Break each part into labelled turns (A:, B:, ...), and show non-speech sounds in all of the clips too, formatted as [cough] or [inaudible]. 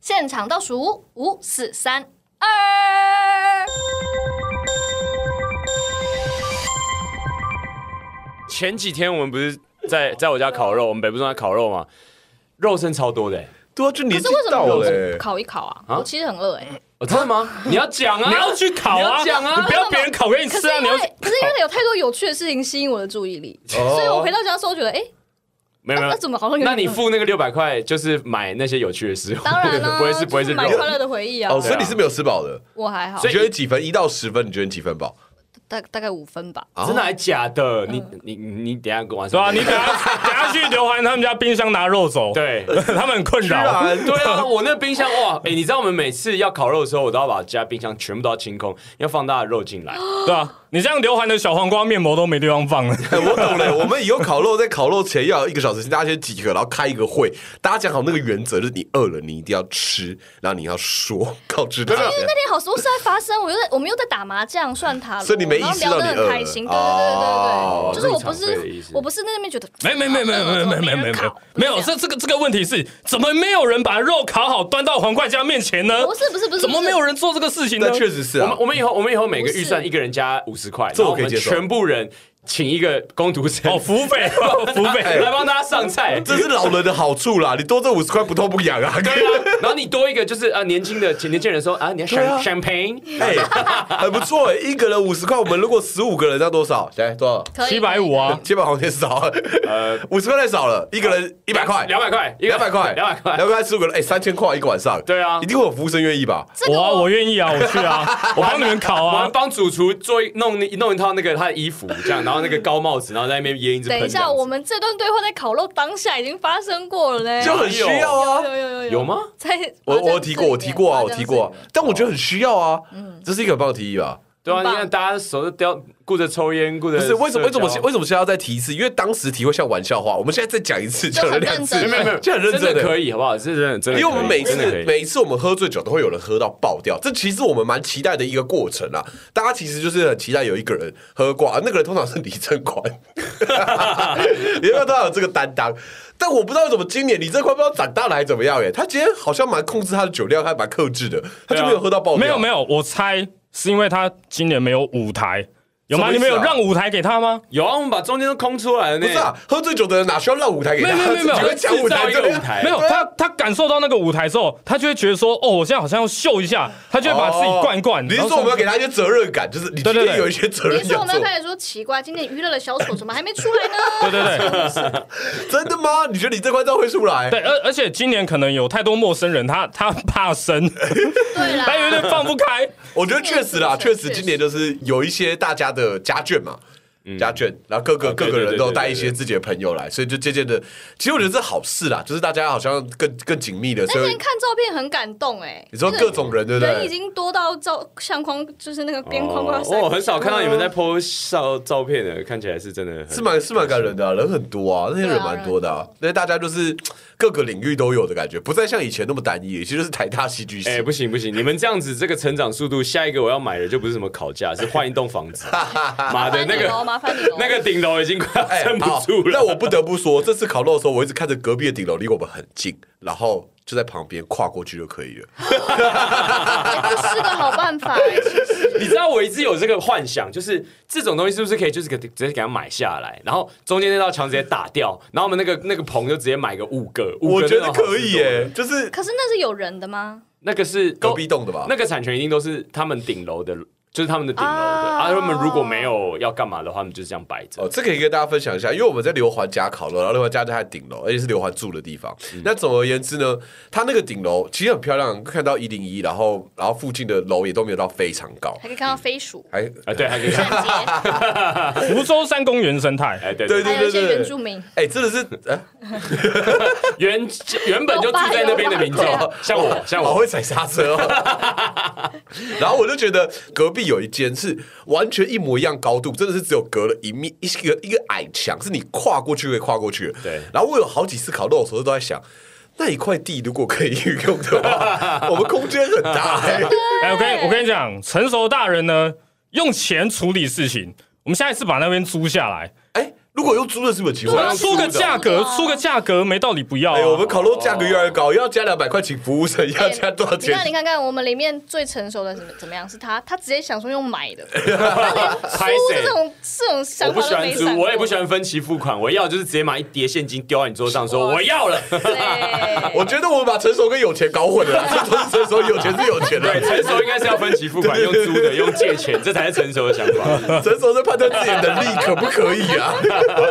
A: 现场倒数五、四、三、二。
B: 前几天我们不是在在我家烤肉，我们北部中在烤肉嘛，肉剩超多的、欸。
C: 对啊，就
A: 可
C: 年纪
A: 是为什么
C: 到
A: 我不
C: 了、欸，
A: 烤一烤啊？
B: 啊
A: 我其实很饿哎、
B: 哦，真的吗？你要讲啊，
D: 你要去烤
B: 你
D: 啊，
B: 要讲啊
D: 你不要别人烤给你
A: 可
D: 吃
A: 是
D: 啊，
A: 因
D: 你要
A: 为可是因为有太多有趣的事情吸引我的注意力，所以我回到家的时候觉得，哎、
B: 没有没
A: 那、
B: 有
A: 怎么好像有点
B: 那你付那个六百块，就是买那些有趣的食物，
A: 当然啦，
B: [laughs] 不会是不会
A: 就是买
B: 肉
A: 快，乐的回忆啊。
C: 哦，所以你是没有吃饱的。
A: 我还好
C: 你，觉得几分？一到十分，你觉得你几分饱？
A: 大大概五分吧。
C: 啊
B: 真的还假的？
A: 嗯
B: 你你你等一下跟我晚
D: 对
B: 上
D: 啊，你等下等下去刘涵他们家冰箱拿肉走，
B: 对
D: [laughs] 他们很困
C: 居
D: 扰。
C: [laughs] 然
B: 对啊，我那冰箱哇，哎、你知道我们每次要烤肉的时候，我都要把家冰箱全部都要清空，要放大的肉
A: [gasps]
B: 进来。哦
D: 对啊，你这样刘涵的小黄瓜面膜都没地方放了。
C: 哎我懂了。我们以后烤肉在烤肉前要有一个小时，大家先集合，然后开一个会，大家讲好那个原则，就是你饿了你一定要吃，然后你要说 [laughs] 告知大家。
A: 那天好多事在发生，我又在我们又在打麻将、算塔罗，
C: 所以你没意识
A: 然后聊
C: 到你饿了
A: 得很开心。对对对对对
C: 哦
A: 对，就是我不
B: 入场费的意
A: 是
B: 思
A: 我不是在那边觉得
D: 没没没没没没没没没没有，这这个这个问题是怎么没有人把肉烤好端到黄冠家面前呢？
A: 不是不是不是
D: 怎么没有人做这个事情呢
C: 那？确实是
B: 我
C: 啊
B: 们，我们以后我们以后每个
A: 不是
B: 预算一个人加五十块，
C: 这我
B: 然后
C: 可以
B: 们
C: 接受
B: 全部人请一个工读生 [laughs]
D: 哦，福匪福匪，
B: 来帮大家上菜。
C: 这是老人的好处啦。你多这五十块不痛不痒啊。
B: 对啊，然后你多一个就是啊，年轻的请年轻人说啊，你要 champagne、
C: 啊
B: champagne，
C: [laughs] 哎，很不错哎，一个人五十块，我们如果十五个人，这样多少？来多少？
A: 可以
D: 750啊
C: 七百好像有点少，呃，五十块太少了，一个人一百块，
B: 两百块，一个
C: 两百块，
B: 两百块。
C: 两百块十五个人，哎，三千块一个晚上，
B: 对啊
C: 一定会有服务生愿意吧？
A: 这个
D: 我啊我愿意啊，我去啊，我帮你们烤
B: 我们
D: 啊。
B: 帮主厨做一弄一弄一套那个他的衣服，这样，然后那
C: 嗯
B: 个高帽子，然后在那边腌一只喷
A: 等
B: 这样
A: 一下，
B: 子。
A: 我们这段对话在烤肉当下已经发生过了嘞。
C: 就很需要啊。
A: 有有有有
B: 有？吗？
A: 在
C: 我我有提过，我提过啊，我提过啊，但我觉得很需要啊，
A: 嗯
C: 这是一个很棒的提议吧？
B: 对啊，
A: 很
B: 你
A: 棒
B: 看大家手都叼，顾着抽烟，顾着
C: 不是为什么
B: 社
C: 为什
B: 交
C: 么为什么现在要再提一次？因为当时提会像玩笑话，我们现在再讲一次，
A: 就
C: 讲了
A: 很
C: 两
A: 认
C: 次
A: 真，
B: 没有没有，
C: [laughs] 这很认真
B: 真的
C: 欸
B: 可以，好不好？这真的真的可以，
C: 因为我们每次
B: 真的可以
C: 每一次我们喝醉酒都会有人喝到爆掉，这其实我们蛮期待的一个过程啊。大家其实就是很期待有一个人喝挂，啊那个人通常是李正
D: [laughs]
C: 宽，你要不要有这个担当？但我不知道为什么今年李正宽不知道长大了还怎么样哎、他今天好像蛮控制他的酒量，还蛮克制的，他就没有喝到爆掉。
D: 没有没
C: 有，
D: 有，我猜是因为他今年没有舞台，有吗？
C: 什么意
D: 你
C: 思啊
D: 们有让舞台给他吗？
B: 有啊，我们把中间都空出来了呢。
C: 不是啊，喝醉酒的人哪需要让舞台给他？
D: 没有没有
C: [laughs]
D: 没有
C: 他自己会抢舞台
B: 制造一个
C: 对啊
B: 舞台
D: 没有，他他感受到那个舞台之后，他就会觉得说，哦，我现在好像要秀
C: [laughs]
D: 一下，他就会把自己灌一灌。
C: 哦你是
D: 然后
C: 说我们要给他一些责任感，就是你今
D: 对对
C: 天
D: 对
C: 有一些责
A: 你
C: 任
A: 说
C: 要
A: 我们
C: 做
A: 刚。开始说奇怪，今天娱乐的小丑怎么还没出来呢？
C: [laughs]
D: 对对对
C: 真的吗？你觉得你这关照会出来？
D: 对，而而且今年可能有太多陌生人，他他怕
C: [laughs]
D: 生，
A: 对啦，
D: 他有点放不开。
C: 我觉得确实啦，
A: 确
C: 确
A: 实
C: 实今年就是有一些大家的家眷嘛，家眷，然后各
B: 嗯
C: 个
B: 啊对
C: 各个
B: 对
C: 人
B: 对
C: 都
B: 对
C: 带
B: 对
C: 一些自己的朋友来，所以就渐渐的，其实我觉得这好事啦，就是大家好像更更紧密的，
A: 那
C: 所以
A: 天看照片很感动哎，
C: 你说各种人对不
A: 人已
C: 对？
A: 经多到照相框，就是那个边框框塞。嗯
B: 哦，我很少看到你们在 po 照照片的，看起来是真的很
C: 是蛮是蛮感人的啊、人很多啊，那些
A: 对啊
C: 人蛮多的、啊，那大家就是各个领域都有的感觉，不再像以前那么单一，其实就是台大戏剧系。
B: 哎、不行不行，你们这样子这个成长速度，下一个我要买的就不是什么烤架，是换一栋房
C: [laughs]
B: 子。妈
A: 麻
B: 的，
A: 烦
B: 那
A: 你
B: 个
A: 喽，麻烦你喽。
B: 那个顶楼已经快要
C: 哎
B: 撑不
C: 好
B: 住了。
C: 那我不得不说，这次烤肉的时候，我一直看着隔壁的顶楼离我们很近，然后就在旁边跨过去就可以了。
A: 哎这是个好办法哎，其实
B: 你知道我一直有这个幻想，就是这种东西是不是可以就是给直接给它买下来，然后中间那道墙直接打掉，然后我们那个那个棚就直接买个五个，五
C: 我
B: 个
C: 觉
B: 那
C: 得
B: 种好
C: 可
B: 吃
C: 以
B: 多的
C: 耶、就是
A: 可是那是有人的吗？
B: 那个是
C: 隔
B: 都
C: 壁栋的
A: 啊
C: 吧？
B: 那个产权一定都是他们顶楼的，就是他们的顶楼的。
A: 啊
B: 啊，他们如果没有要干嘛的话，他们就是这样摆着。
C: 哦，这可以跟大家分享一下，因为我们在刘环家烤肉，然后刘环家在他的顶楼，而且是刘环住的地方。那总而言之呢，他那个顶楼其实很漂亮，看到一零一，然后然后附近的楼也都没有到非常高，
A: 还可以看到飞鼠、
C: 还
B: 啊，对，还可以看。
A: 闪结，
D: 福州山公园生态，
B: 哎，对
C: 对
A: 还有一
C: 对
A: 些
C: 对
A: 原
C: 对
A: 住。民。
C: 哎、真的是，哎、
B: 原原本就住在那边的民众
A: 有吧有，
B: 像我，像
C: 啊好
B: 我
C: 会，踩刹车、哦。
B: [laughs]
C: 然后我就觉得隔壁有一间是完全一模一样高度，真的是只有隔了一面一个一个矮墙，是你跨过去可以跨过去的。
B: 对
C: 然后我有好几次烤肉的时候都在想。那一块地如果可以运用
B: [laughs]
C: 的话，我们空间很大、哎
D: 哎，我跟我跟你讲，成熟大人呢，用钱处理事情，我们下一次把那边租下来。
C: 哎，如果用租的，是不是有机会
A: 对？啊
D: 出个价格，出个价格，没道理不要啊。
C: 哎，我们烤肉价格越来越高，要加两百块，请服务生要加多少
A: 你看，
C: 钱？
A: 你看看我们里面最成熟的怎么怎么样？是他，他直接想说用买的，
B: 拍
A: 租
B: 谁
A: 这？种这种想
B: 我不
A: 法
B: 喜
A: 都
B: 欢
A: 没
B: 租
A: 想，过
B: 我也不喜欢分期付款，我要就是直接买一叠现金丢在你桌上，说
A: [laughs]
B: 我要了。
A: 对，
C: 我觉得我们把成熟跟有钱搞混了啦，这都是成熟，有钱是有钱
B: 对，
C: 的。
B: 成熟应该是要分期付款，用租的，用借钱，这才是成熟的想法。
C: [laughs] 成熟在判断自己的能力可不可以
B: [laughs]
C: 啊？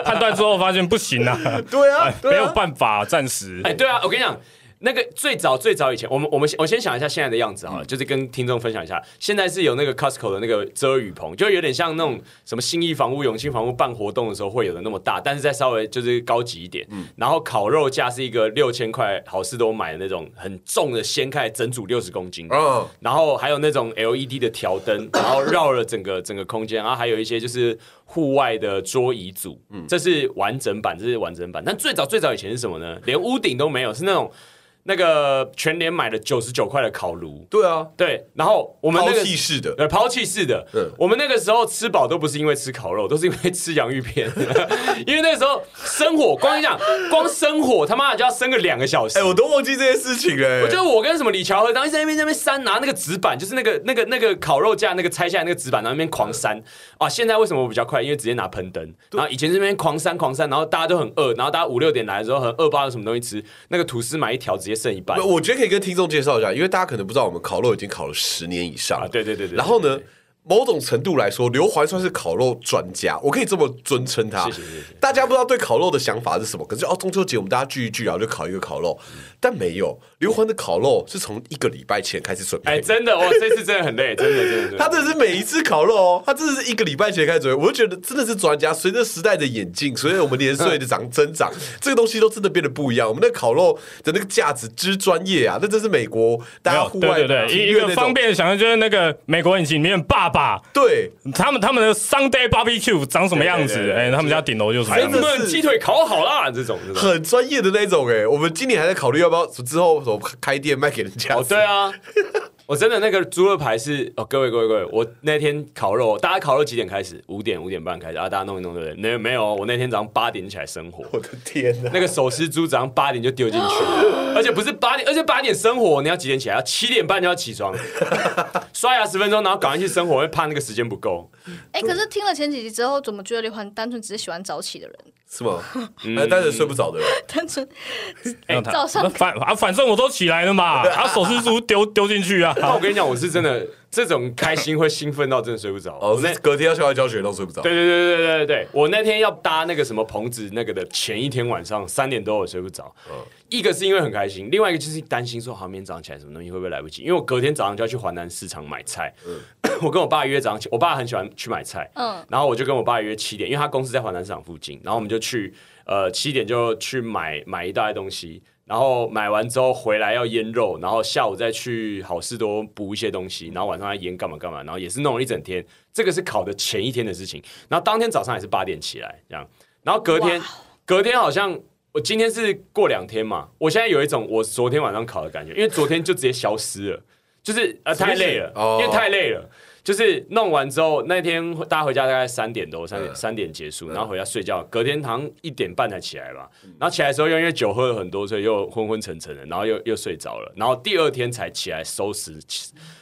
D: 判断之后发现不行啊，
C: 对啊，
D: 没
C: [laughs] 对
D: 有
C: 啊。
D: 办法，暂时
B: 哎，对啊，我跟你讲。那个最早最早以前，我们我们先我先想一下现在的样子好了，就是跟听众分享一下，现在是有那个 Costco 的那个遮雨棚，就有点像那种什么新意房屋、永庆房屋办活动的时候会有的那么大，但是再稍微就是高级一点。然后烤肉架是一个六千块好事多买的那种很重的掀开整组六十公斤，
C: 嗯，
B: 然后还有那种 LED 的调
C: [coughs]
B: 灯，然后绕了整个整个空间，然后还有一些就是户外的桌椅组，
C: 嗯
B: 这是完整版，这是完整版。但最早最早以前是什么呢？连屋顶都没有，是那种那个全联买的九十九块的烤炉，
C: 对啊，
B: 对，然后我们
C: 抛
B: 那个
C: 弃式的，
B: 呃，抛弃式的
C: 嗯。
B: 我们那个时候吃饱都不是因为吃烤肉，都是因为吃洋芋片， [laughs] 因为那个时候生火，光跟你讲，光生火他妈的就要生个两个小时。
C: 哎，我都忘记这件事情哎了。
B: 我觉得我跟什么李乔和，然后一直在那边在那边删，拿那个纸板，就是那个那个那个烤肉架那个拆下来那个纸板，然后那边狂删啊！现在为什么我比较快？因为直接拿喷灯，然后以前这边狂删狂删，然后大家都很饿，然后大家五六点来的时候很饿，不知道有什么东西吃，那个吐司买一条直接剩一半
C: 不我觉得可以跟听众介绍一下，因为大家可能不知道，我们烤肉已经烤了十年以上
B: 啊！
C: 了。
B: 对对对对，
C: 然后呢
B: 对？，
C: 某种程度来说，刘环算是烤肉专家，我可以这么尊称他。
B: 谢谢谢谢
C: 大家不知道对烤肉的想法是什么，可是哦，中秋节我们大家聚一聚，然后就烤一个烤肉。但没有刘环的烤肉是从一个礼拜前开始准备。
B: 哎，真的，我这次真的很累，真的真的真
C: 他
B: 的。
C: 真的是每一次烤肉哦，他真的是一个礼拜前开始准备，我就觉得真的是专家。随着时代的演进，随着我们年岁的长增
D: [laughs]
C: 长，这个东西都真的变得不一样。我们那烤肉的那个价值之专业啊，那真是美国大
D: 没
C: 家
D: 有，
C: 户
D: 对
C: 外
D: 对对，
C: 庭
D: 一一
C: 院
D: 个
C: 那
D: 方
C: 种。
D: 便的想象就是那个美国引擎里面爸爸，
C: 对，
D: 他们他们的 Sunday Barbecue 长什么样
B: 对对
D: 子？
B: 对对
D: 哎，他们家顶楼就是这
B: 哎，
D: 样
B: 你
C: 真的
D: 子。
B: 们鸡腿烤好啦，这种这
C: [laughs]
B: 种。
C: 很专业的那种哎、我们今年还在考虑要不要之后什么开店卖给人家。
B: 哦，对啊，我真的那个猪肉排是哦，各位各位各位，我那天烤肉，大家烤肉几点开始？五点五点半开始啊，大家弄一弄对不对？没有没有，我那天早上八点起来生火。
C: [laughs] 我的天哪、
B: 那个手撕猪早上八点就丢进去了，而且不是八点，而且八点生火，你要几点起来？要七点半就要起床，刷牙十分钟，然后赶快去生火，因为怕那个时间不够。
A: 哎，可是听了前几集之后，怎么觉得刘环单纯只是喜欢早起的人，
C: 是吗？那当然睡不哎着的人，
A: 单
B: [laughs]
A: 纯
B: 哎
D: 让他
A: 早上
D: 那反啊，反正我都起来了 [laughs] 嘛，啊，手撕猪丢丢进去啊。
B: 那我跟你讲，我是真的这种开心会兴奋到真的睡不着。
D: [laughs]
C: 哦，
B: 我那
C: 那隔天要校外教学都睡不着。
B: 对对对对对对对，我那天要搭那个什么棚子那个的前一天晚上三点多我睡不着，一个是因为很开心，另外一个就是担心说好明天早上起来什么东西会不会来不及，因为我隔天早上就要去华南市场买菜， [coughs] 我跟我爸约早上起，我爸很喜欢去买菜，
A: 嗯
B: 然后我就跟我爸约七点，因为他公司在华南市场附近，然后我们就去呃七点就去买买一大堆东西。然后买完之后回来要腌肉，然后下午再去好事多补一些东西，然后晚上再腌干嘛干嘛，然后也是弄了一整天。这个是烤的前一天的事情，然后当天早上也是八点起来这样，然后隔天
A: 哇
B: 隔天好像我今天是过两天嘛，我现在有一种我昨天晚上烤的感觉，因为昨天就直接消失了，就是呃
C: 么
B: 太
C: 意思
B: 累了，
C: 哦
B: 因为太。太累了。就是弄完之后，那天大家回家大概三点多，三点
C: 嗯
B: 三点结束，然后回家睡觉。隔天好像一点半才起来吧，然后起来的时候又因为酒喝了很多，所以又昏昏沉沉的，然后又又睡着了。然后第二天才起来收拾，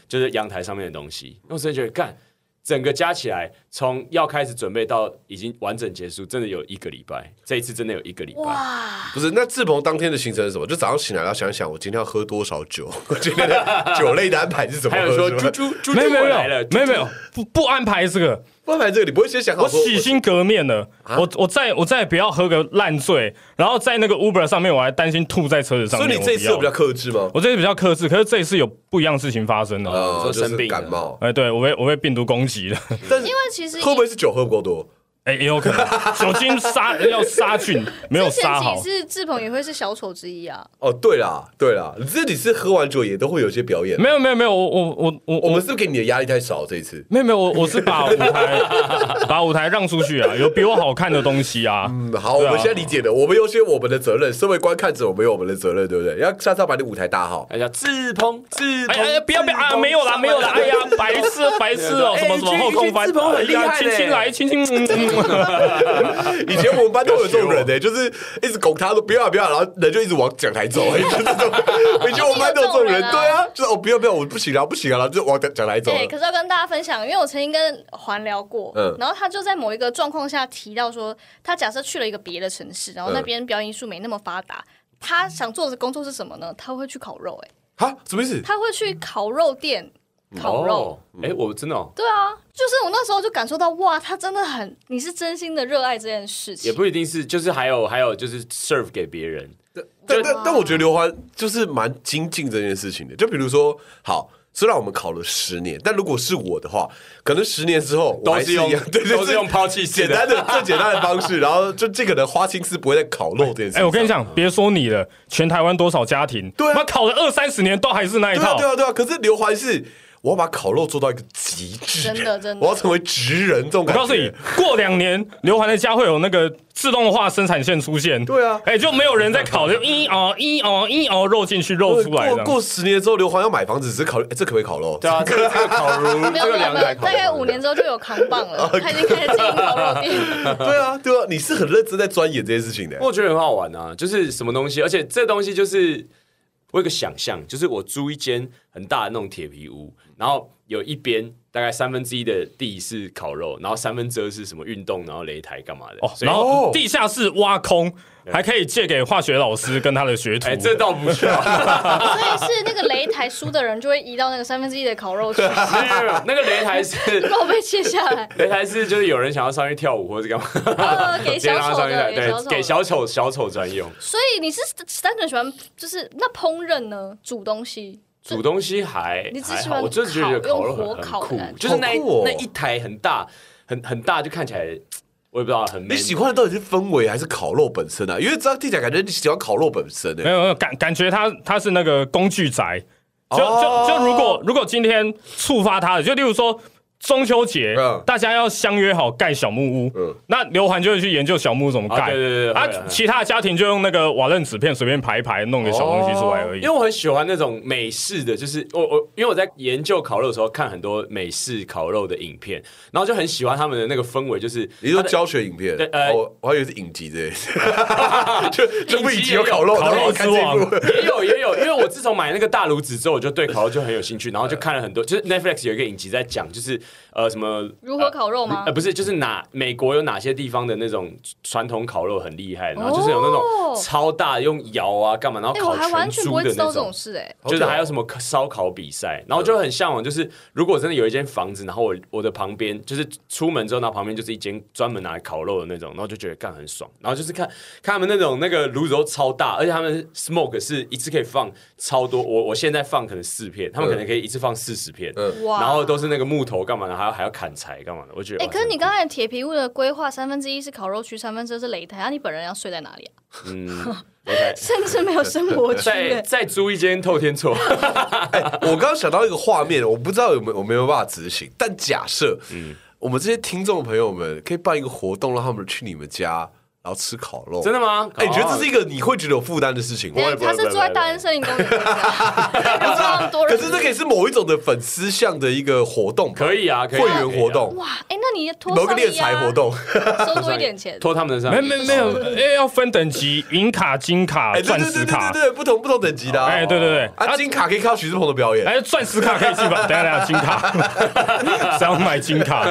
B: 就是阳台上面的东西。那我真的觉得，干整个加起来，从要开始准备到已经完整结束，真的有一个礼拜。这一次真的有一个礼拜，
A: 哇，
C: 不是，那志鹏当天的行程是什么？就早上醒来要想一想，我今天要喝多少酒， [laughs] 我今天的酒类的安排是怎么
B: 还
C: 喝？
B: 有说
C: 是
B: 猪
C: 吧
B: 猪猪猪
D: 没有没有
B: 我
D: [laughs] 没有
B: 来了，猪
D: 没有
B: 猪
D: 没有不不安排这个，
C: 不安排这个，你不会先想好
D: 哦我啊
C: 说
D: 洗心革面了，我我再我再也不要喝个烂醉，然后在那个 Uber 上面我还担心吐在车子上
C: 所
D: 面。
C: 以你这一次有
D: 我
C: 比
D: 不要
C: 较克制吗？
D: 我这次比较克制，哦可是这一次有不一样的事情发生了。
C: 呃
B: 说
C: 就是
B: 生病了
C: 感
D: [laughs]
C: 冒，
D: 哎，对我被我被病毒攻击了，
C: 但是
A: 因为其实
C: 会不会是酒喝不够多？
D: 哎，也有可
C: [laughs]
D: 能酒精杀要杀菌，没有
A: 之
D: 杀
A: 前
D: 好
A: 几。次志鹏也会是小丑之一啊，
C: 哦，对啦，对啦，你这里是喝完酒也都会有一些表演。
D: 没有没有没有，我我我我
C: 我们是不是给你的压力太少？这一次，
D: 没有没有，我我是把舞台 [laughs] 把舞台让出去啊，有比我好看的东西啊。
C: 嗯，好，我
D: 对啊
C: 们现在理解了，我们有些我们的责任，身为观看者，我们有我们的责任，对不对？要下次要把你舞台搭好。
B: 哎呀，自烹自
D: 哎哎，
B: 烹，
D: 不要不要啊！没
B: [laughs]
C: [laughs]
D: 哎有啦，没有啦！哎呀，白痴白痴哦，什么什么后空翻，哎呀，轻轻来，轻轻，嗯嗯
C: 以前我们班都有这种人呢、欸
B: 哦
C: 就是一直拱他说不要不要，然后人就一直往讲台走、
B: [laughs]
C: 欸，就是这种。以前我们班都有这种人，
A: 一定有这种人啊
C: 对啊，就是哦不要不要，我不行了不行了，然后就往讲台走
A: 对，
C: 了
A: 哎可是要跟大家分享，因为我曾经跟环聊过，
C: 嗯
A: 然后他就在某一个状况下提到说，他假设去了一个别的城市，然后那
B: 嗯
A: 边表演艺术没那么发达，他想做的工作是什么呢？他会去烤肉、欸，
C: 啊，什么意思？
A: 他会去烤肉店烤肉。
B: 哦，哎，我真的哦
A: 对啊，就是我那时候就感受到，哇，他真的很，你是真心的热爱这件事
B: 也
A: 情。
B: 不一定是，就是还有还有就是 serve 给别人，
C: 但但但我觉得刘欢就是蛮精进这件事情的。就比如说，好，虽然我们考了十年，但如果是我的话，可能十年之后我
B: 都
C: 还
B: 是
C: 一
B: 用
C: 样，对对，
B: 都是用抛弃式
C: 简单
B: 的。
C: 的最简单的方式，然后就尽可能花心思不会在烤肉这件事情。
D: 哎、我跟你。讲，别说你了，全台湾多少家庭，
C: 对啊
D: 妈考了二三十年都还是那一
C: 对啊，
D: 套
C: 对。啊，对啊。可是刘环是，我要把烤肉做到一个极致，欸
A: 真的真的
C: 我要成为职人这种
D: 我
C: 感觉。
D: 告诉你，过两年刘环的家会有那个自动化生产线出现。
C: 对啊
D: 哎、就没有人在
C: [laughs]
D: 考，就一熬一熬一熬肉进去，肉
C: 对，
D: 出来的
C: 过。过十年之后，刘环要买房子，只是考虑，哎，这可不可以烤肉？
B: 对啊， [laughs] 这个这个烤炉，
A: 没
B: 这
A: 有没
B: 个
A: 有
B: 两
A: 没
B: 台
A: 有，
B: 烤
A: 大
B: 炉，
A: 概五年之后就有扛棒
B: [laughs]
A: 了，
B: 哦
A: 他已经开始经营烤肉店了。
C: 对啊，对啊，你是很认真在钻研这件事情的。
B: 我觉得很好玩啊，就是什么东西，而且这东西就是我有个想象，就是我租一间很大的那种铁皮屋，然后有一边大概三分之一的地是烤肉，然后三分之二是什么运动，然后擂台干嘛的。
D: 哦，
B: 所以
D: 然后
C: 哦
D: 地下室挖空，还可以借给化学老师跟他的学徒。
B: 哎、这倒不是啊，
D: [laughs]
A: 所以是那个擂台输的人就会移到那个三分之一的烤
B: [laughs]
A: 肉区，
B: 没有没有那个擂台是
A: 肉被切下来
B: [laughs] ，擂台是就是有人想要上去跳舞或者干嘛，
A: 呃，给
B: 直
A: 小
B: 接让他
A: 丑
B: 上去 [laughs]
A: 的，
B: 跳
A: 给小
B: 对，
A: 丑
B: 给
A: 的。
B: 小丑小丑专用。
A: 所以你是单纯喜欢，就是那烹饪呢，煮东西，
B: 煮东西还
A: 你只
B: 还
A: 喜
B: 好，
A: 欢
B: 我就是觉得
A: 烤
B: 烤肉
A: 用火
B: 很很
A: 烤的
B: 酷
A: 感，觉
B: 就是那一
C: 好酷哦
B: 那一台很大很很大，就看起来我也不知道很 man
C: 你喜欢的到底是氛围还是烤肉本身啊？因为这样听起来感觉你喜欢烤肉本身呢、欸
D: 没有没有感感觉他他是那个工具宅，就就就如果如果今天触发他的，就例如说中秋节
C: 嗯，
D: 大家要相约好盖小木
C: 嗯
D: 屋，那刘涵就会去研究小木屋怎么
B: 啊
D: 盖，
B: 对对对
D: 啊
B: 会会，
D: 其他的家庭就用那个瓦楞纸片随便排一排，弄个小东西出来而已
B: 因为。我很喜欢那种美式的，就是我我因为我在研究烤肉的时候看很多美式烤肉的影片，然后就很喜欢他们的那个氛围，
C: [laughs]
B: 就是
C: 你说教学影片
B: 对，呃
C: 哦我还以为是影集之类的，
D: [laughs]
C: 就就不影集有烤肉，
D: 烤肉
C: 然后我看这
D: 之
C: 一
D: 王
C: 部。
B: 也有也有，因为我自从买那个大炉子之后，我就对烤肉就很有兴趣，然后就看了很多，就是 Netflix 有一个影集在讲，就是呃什么
A: 如何烤肉吗
B: 呃，？不是，就是哪美国有哪些地方的那种传统烤肉很厉害，然后就是有那
A: 哦
B: 种超大用窑啊干嘛，然后
A: 哎，
B: 烤
A: 我还完
B: 全
A: 全
B: 猪
A: 不会
B: 的
A: 知道
B: 那
A: 这
B: 种
A: 种。事哎。
B: 就是还有
C: 么？
B: 什么烧烤比赛，然后就很向往。就是如果真的有一间房子，然后我我的旁边就是出门之后，然后旁边就是一间专门拿来烤肉的那种，然后就觉得干很爽。然后就是看看他们那种那个炉子都超大，而且他们 smoke 是一次可以放超多。我我现在放可能四片，他们可能可以一次放四十片，
C: 嗯
A: 哇
B: 然后都是那个木头干嘛的，还要还要砍柴干嘛的。我觉得
A: 哎，
B: 哇
A: 可是你刚才的铁皮屋的规划，三分之一是烤肉区，三分之二是擂台，那你本人要睡在哪
C: [laughs]
A: 里啊？
B: 嗯，OK，
A: 甚至没有生活
D: [laughs]
A: 区
B: 再
A: 哎。
B: 再租一间透天厝， [laughs]
C: [laughs] 我刚刚想到一个画面，我不知道有没有我没有办法执行，但假设，我们这些听众朋友们可以办一个活动，让他们去你们家，然后吃烤肉。
B: 真的吗？
C: 哎、你觉得这是一个你会觉得有负担的事情吗？
A: 对他是住在大安森林公园，不是
D: [laughs]
A: [laughs] 啊不知道那么多
C: 可
A: 人。
C: 是这个也是某一种的粉丝向的一个活动吧，
B: 可以啊，可以
C: 会
B: 啊
C: 员活，动，
A: [laughs] 哇，哎，那你拖
C: 某个
A: 上
C: 敛
A: 衣
C: 财活
A: 啊，
C: 动。
A: 收
B: 可以
A: 多
B: 啊
A: 一点钱。
B: 拖他们的上
D: 没
B: 衣，
D: 没没有，哎，要分等级，银卡、金卡、
C: 哎，对
D: 钻
C: 对
D: 石
C: 对对对
D: 卡。
C: 对，不同不同等级的啊。
D: 哎，对对对，
C: 啊，金卡可以看到徐志鹏的表演。
D: 哎，钻石卡可以去吧？等一下等一下，金卡， [laughs] 谁要买金卡？